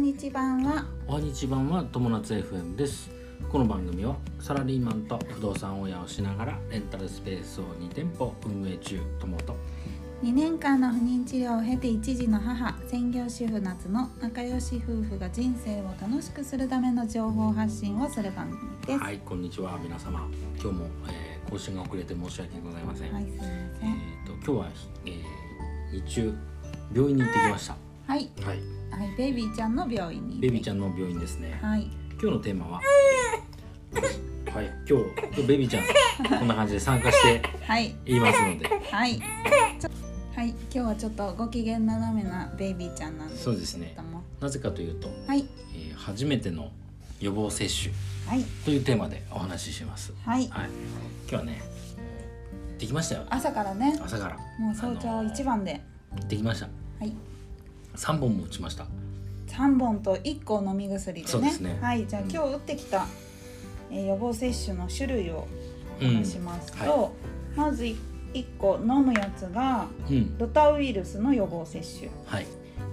日版はおはにちばんは友達 FM ですこの番組はサラリーマンと不動産親をしながらレンタルスペースを2店舗運営中友と2年間の不妊治療を経て一児の母専業主婦夏の仲良し夫婦が人生を楽しくするための情報発信をする番組です。はいこんにちは皆様今日も、えー更新が遅れて申し訳ございません、はい、すみませえっん。、と今日は、えー日中病院に行ってきましたはい、はいはい、ベイビーちゃんの病院に。ベビーちゃんの病院ですね、はい、今日のテーマははい今日今日ベビーちゃんこんな感じで参加してはい、いますの ではい。ちょはい、今日はちょっとご機嫌斜めなベイビーちゃんなんですそうですけねども。なぜかというと、はい、えー初めての予防接種はい、というテーマでお話ししますはい。はい今日はねできましたよ朝からね、朝からもう早あ朝のー一番で。できましたはい。 3本も打ちました三本と一個飲み薬でね。そうですねはい、じゃあうん今日打ってきた、えー予防接種の種類をおうん話しますと、はまずい一個飲むやつがい、うん、ロタウイルスの予防接種。はい、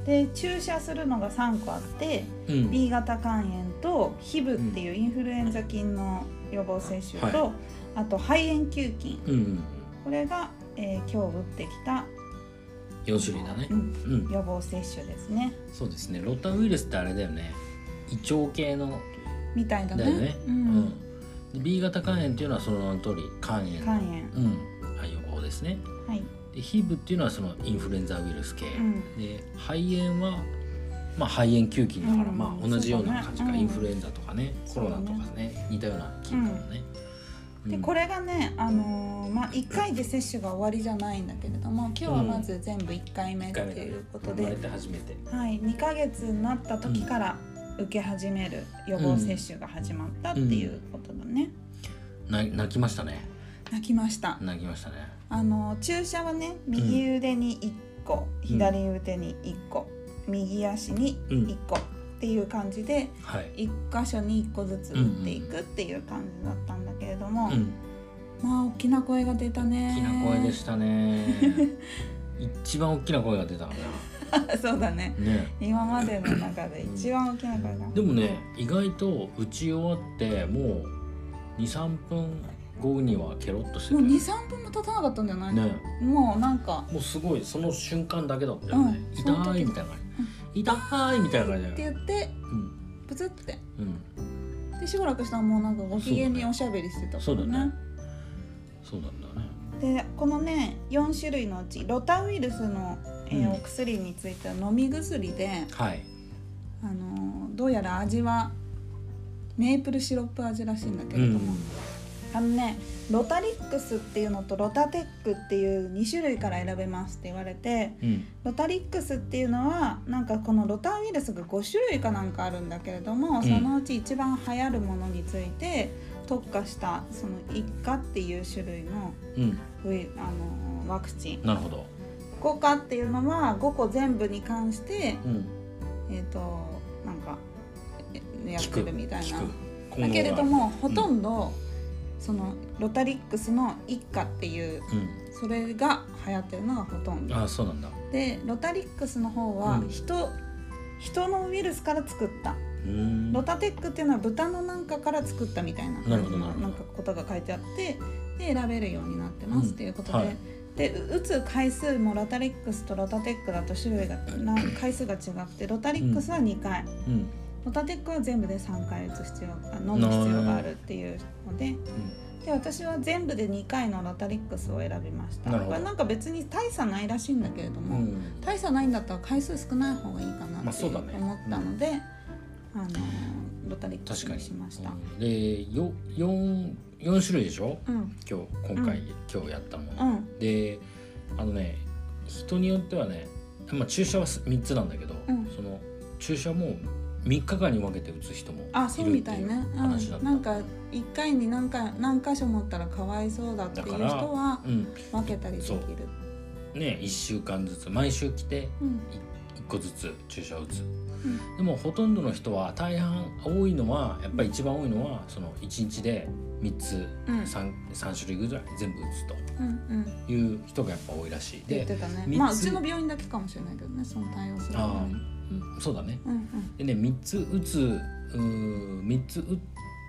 で注射するのが3個あってうん、 B 型肝炎と HIV っていうインフルエンザ菌の予防接種と、はあと肺炎球菌うんうん、これが、えー今日打ってきた、 4種類だねう、ん、うん、予防接種ですねそうですねロタウイルスってあれだよね胃腸系のみたいだねだよね、ううんん、で B 型肝炎っていうのはその名の通り肝炎肝炎うん、あ予防ですねはい、で HIV っていうのはそのインフルエンザウイルス系、うんで肺炎は、まあ、肺炎球菌だから、うんまあ、同じような感じか、そうだねうんインフルエンザとかねコロナとかね似たような菌かもね、うんでこれがね、あのーまあ、1回で接種が終わりじゃないんだけれども今日はまず全部1回目一って回目だねいうこと生まれで、て初めてはい、2ヶ月になった時から受け始める予防接種が始まったっていうことだね、な泣きましたね泣きました、泣きましたねあのー注射はね右腕に1個、ん左腕に1個右足に1個っていう感じではい1箇所に1個ずつ打っていくっていう感じだったんだけれども、うんまあ大きな声が出たね大きな声でしたね 一番大きな声が出たかそうだねなね今までの中で一番大きな声がでもね意外と打ち終わってもう23分後にはケロッとしてもたうよ23分も経たなかったんじゃない、ねもうなんかもうすごいその瞬間だけだったよね、うんその痛時いみたいな感じ、痛いみたいな感じだってよ言ねってうんプツってうんでしばらくしたらもうなんかご機嫌におしゃべりしてたそうかだらねそうなんだねでこのね4種類のうちロタウイルスの、えーうんお薬については飲み薬で、はいあのーどうやら味はメープルシロップ味らしいんだけうれんども、あのねロタリックスっていうのとロタテックっていう2種類から選べますって言われてうんロタリックスっていうのはなんかこのロタウイルスが5種類かなんかあるんだけれども、んそのうち一番流行るものについて特化したその一価っていう種類のうんウイあのワクチンなるほど5価っていうのは5個全部に関してうんえっ、となんかえやっ聞てくるみたいな聞く。効能だがけれどもほとんど、そのロタリックスの一価っていううんそれが流行ってるのがほとんど。あそうなんだでロタリックスの方はうん人,、人のウイルスから作ったうーんロタテックっていうのは豚のなんかから作ったみたいな感じのなるほどなるほどなんかことが書いてあってで選べるようになってますうんっていうことで。はいで打つ回数もロタリックスとロタテックだと種類がな 回数が違ってロタリックスは2回、うんうんロタテックは全部で3回打つ必要あ飲む必要があるっていうのでで私は全部で2回のロタリックスを選びましたなるほどこれなんか別に大差ないらしいんだけれどうも、ん大差ないんだったら回数少ない方がいいかまなあってそいううだね思ったので、あのロタリックス確かににしました。うんでよ四四種類でしょうん、今日今回、う今日やったもうの、ん、であのね人によってはね、まあ、注射は3つなんだけど、うんその注射も3日間に分けて打つ人もいるあ、そうみたいね。ってう話だっうん、た、なんか一回に何回何箇所持ったらかわいそうだっていう人だからはうん分けたりできそるう。ね、1週間ずつ毎週来てうん、 1個ずつ注射を打つ、でもほとんどの人は大半多いのはやっぱり一番多いのはその1日で3つうん、 3, 三種類ぐらい全部打つとうん、うん。いう人がやっぱ多いらしい言っでてたね。三つまあうちの病院だけかもしれないけどね、その対応するのあはね。ーうんそうだねうんうんでね3つ打つうー3つ打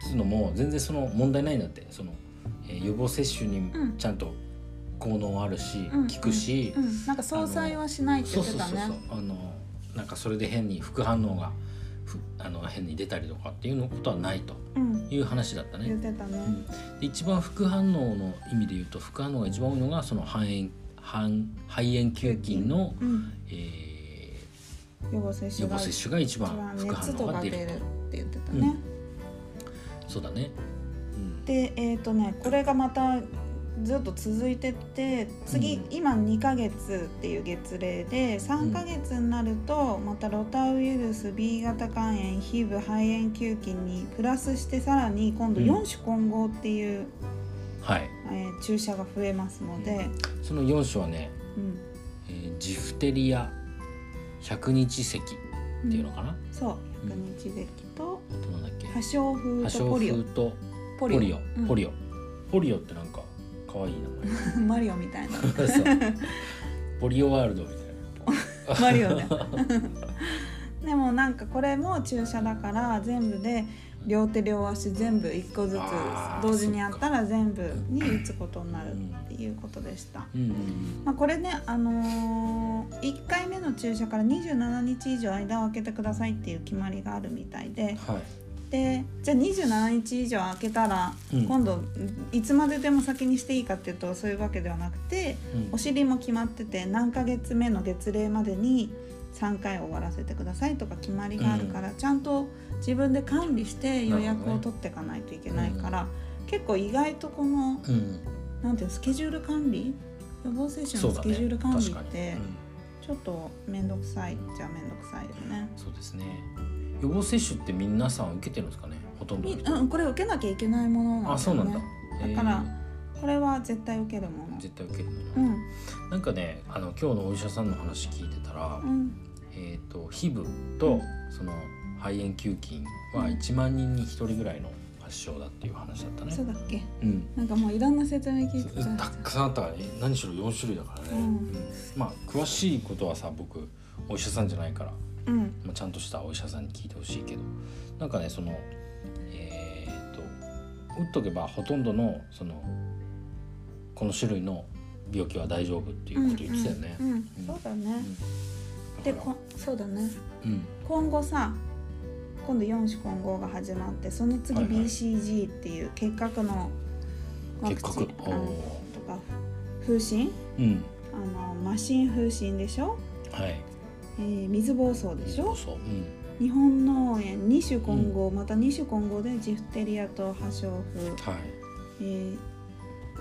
つのも全然その問題ないんだってその、えー予防接種にうんちゃんと効能あるし、うん効くし、うん、なんか総裁はしないってそ言うっそうてそうたそうねあのなんかそれで変に副反応がふあの変に出たりとかっていうのことはないとうんいう話だった言っね。てたねうんで一番副反応の意味で言うと副反応が一番多いのがその肺炎肺肺炎球菌の、うんえ予防接ー予種防が接種が一一番番副熱反と応がか出出るるっと。て言ってたね、そうだね。うんでえっ、とねこれがまたずっと続いてって次、うん今2ヶ月っていう月齢で3ヶ月になるとまたロタウイルス B 型肝炎皮膚肺炎球菌にプラスしてさらに今度うん4種混合っていう、はい。えー注射が増えますので、その四種はね、うんえージフテリア百日咳っていうのかな。そううん百日咳とあとなんだっけ。破傷風発とポ症リオ風とポポリオうんポリオポリオってなんか可愛い名 マリオみたいな前。そうポリオワールドみたいな。マリオね でもなんかこれも注射だから全部で両手両足全部1個ずつあー同時にやったら全部に打つことになるっていうことでした。うんうんまあ、これね、あのー、1回目の注射から27日以上間を空けてくださいっていう決まりがあるみたいでうん。はい。でじゃあ27日以上空けたらうん今度いつまででも先にしていいかっていうとそういうわけではなくてうんお尻も決まってて何ヶ月目の月齢までに3回終わらせてくださいとか決まりがあるから、ちゃんと自分で管理して予約を取っていかないといけないから、結構意外とこのうん。なんていうのスケジュール管理予防接種そのうスだケジューね。ル管理確っかに。てうんちょっと面倒くさいじゃ面倒くさいよね。そうですね。予防接種って皆さん受けてるんですかね。ほとんどのみ人。うん、これ受けなきゃいけないものなんだよね。あ、そうなんだ。だからこれは絶対受けるもえーの。絶対受けるの。うんなんかねあの今日のお医者さんの話聞いてたら、うんえー、と皮膚とその肺炎球菌は1万人に1人ぐらいの発症だっていう話だったね。そうだっけ。うんなんかもういろんな説明聞いてた。たくさんあったからね何しろ4種類だからうね、んまあ詳しいことはさ僕お医者さんじゃないから、うんまあ、ちゃんとしたお医者さんに聞いてほしいけどなんかねそのえっ、と打っとけばほとんどのそのこの種類の病気は大丈夫っていうこと言ってたよね。うんうんうんそうだね。でだからこそうだね。うん、今後さ、今度四種混合が始まって、その次はいはい BCG っていう結核のワク結チン核あおのおとか風疹、ーうんあのマシン風疹でしょ。はいえー、水疱瘡でしょそううん日本脳炎2種混合、また2種混合でジフテリアと破傷風、はいえー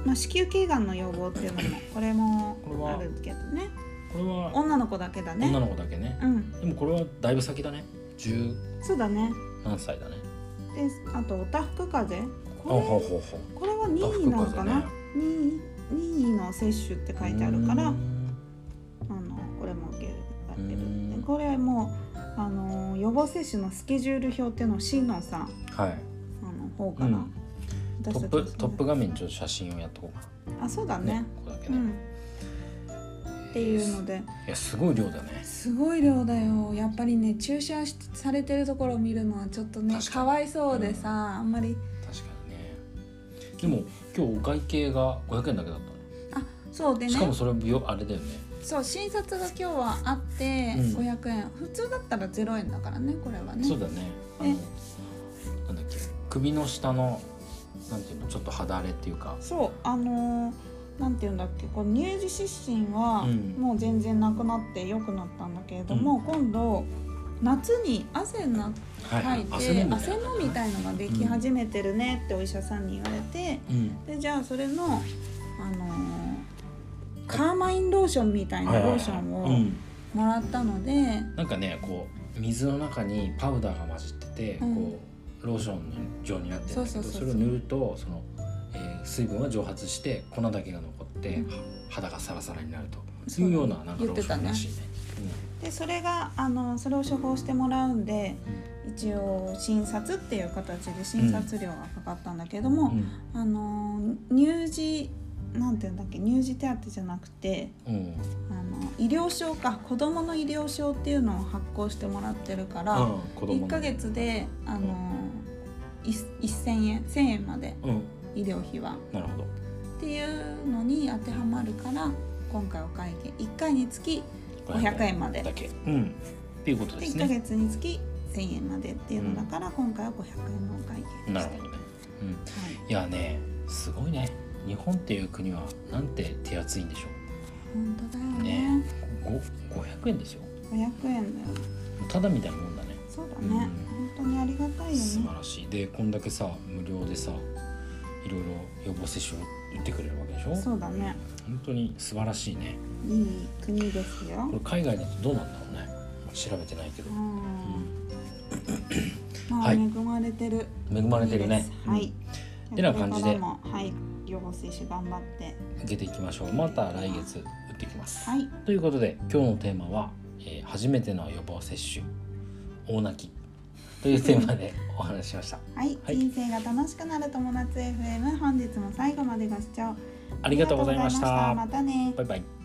まあ、子宮頸がんの予防っていうのもこれもこれはあるけどねこれは女の子だけだね女の子だけねうんでもこれはだいぶ先だね十そうだね何歳だねであとおたふく風邪あほうほこうほうれこれは任意なのかおたなふく任意任意の接種って書いてあるからうあーんのこれも受けられてうるんでこれもあの予防接種のスケジュール表っていうのを新野さんはいあの方から、うん私トたッちプトップ画面にちょっと写真をやっとこうかあそうだなねここだけうね、んっていうのでいやすごい量だねすごい量だよやっぱりね注射しされてるところを見るのはちょっとね確かかにわいそうでさ、あんまり確かにねでも今日お会計が500円だけだったのあそうでねしかもそれ病あれだよねそう診察が今日はあってうん500円、普通だったら0円だからねこれはねそうだね。あのねなんだっけ首の下のなんていうのちょっと肌荒れっていうか。そうあのーなんて言うんだっけこう乳児湿疹はうんもう全然なくなって良くなったんだけれども、うん今度夏に汗なはかいて、汗もみた汗いもな。みたいのができ始めてるねってお医者さんに言われて、うん。でじゃあそれの、あのーカーマインローションみたいなローショはいはいはいンをもらったので、うんなんかねこう水の中にパウダーが混じってて、うんこうローションの状になってるんだけそどうそうそうそうれを塗るとその、えー水分は蒸発して粉だけが残って、うんは肌がサラサラになるとそいううようななんか言ロっーてシたョンねらしいね。でそれがあのそれを処方してもらうんで一応診察っていう形で診察料がかかったんだけども、うんあの乳児なんていうんだっけ乳児手当じゃなくてうんうんあの医医療証か子どもの医療証っていうのを発行してもらってるから、うん、子供1のヶ月で、あのい1,000円1,000円までうん医療費はなるほどっていうのに当てはまるから今回お会計1回につき500円までだけうんっていうことでです1ヶね月につき1,000円までっていうのだから、今回は500円のお会計でなしるた。ほどね、うん、いやねすごいね日本っていう国はなんて手厚いんでしょ本当だよねねうご500円ですよ500円だよただみたいなもんだねそうだね、うん本当にありがたいよ素ね晴らしいでこんだけさ無料でさいろいろ予防接種を打ってくれるわけでしょそうだね本当に素晴らしいねいい国ですよこれ海外だとどうなんだろうね調べてないけどう、んまはあい恵まれてるうん、恵まれてるねですはいてな感じでこれからもはい予防接種頑張ってうん受けていきましょうまた来月打ってきます、はいということで今日のテーマは、えー初めての予防接種大泣きというテーマでお話ししましたはい、はい人生が楽しくなる友達 FM 本日も最後までご視聴ありがとうございましたありがとうございましたまたねバイバイ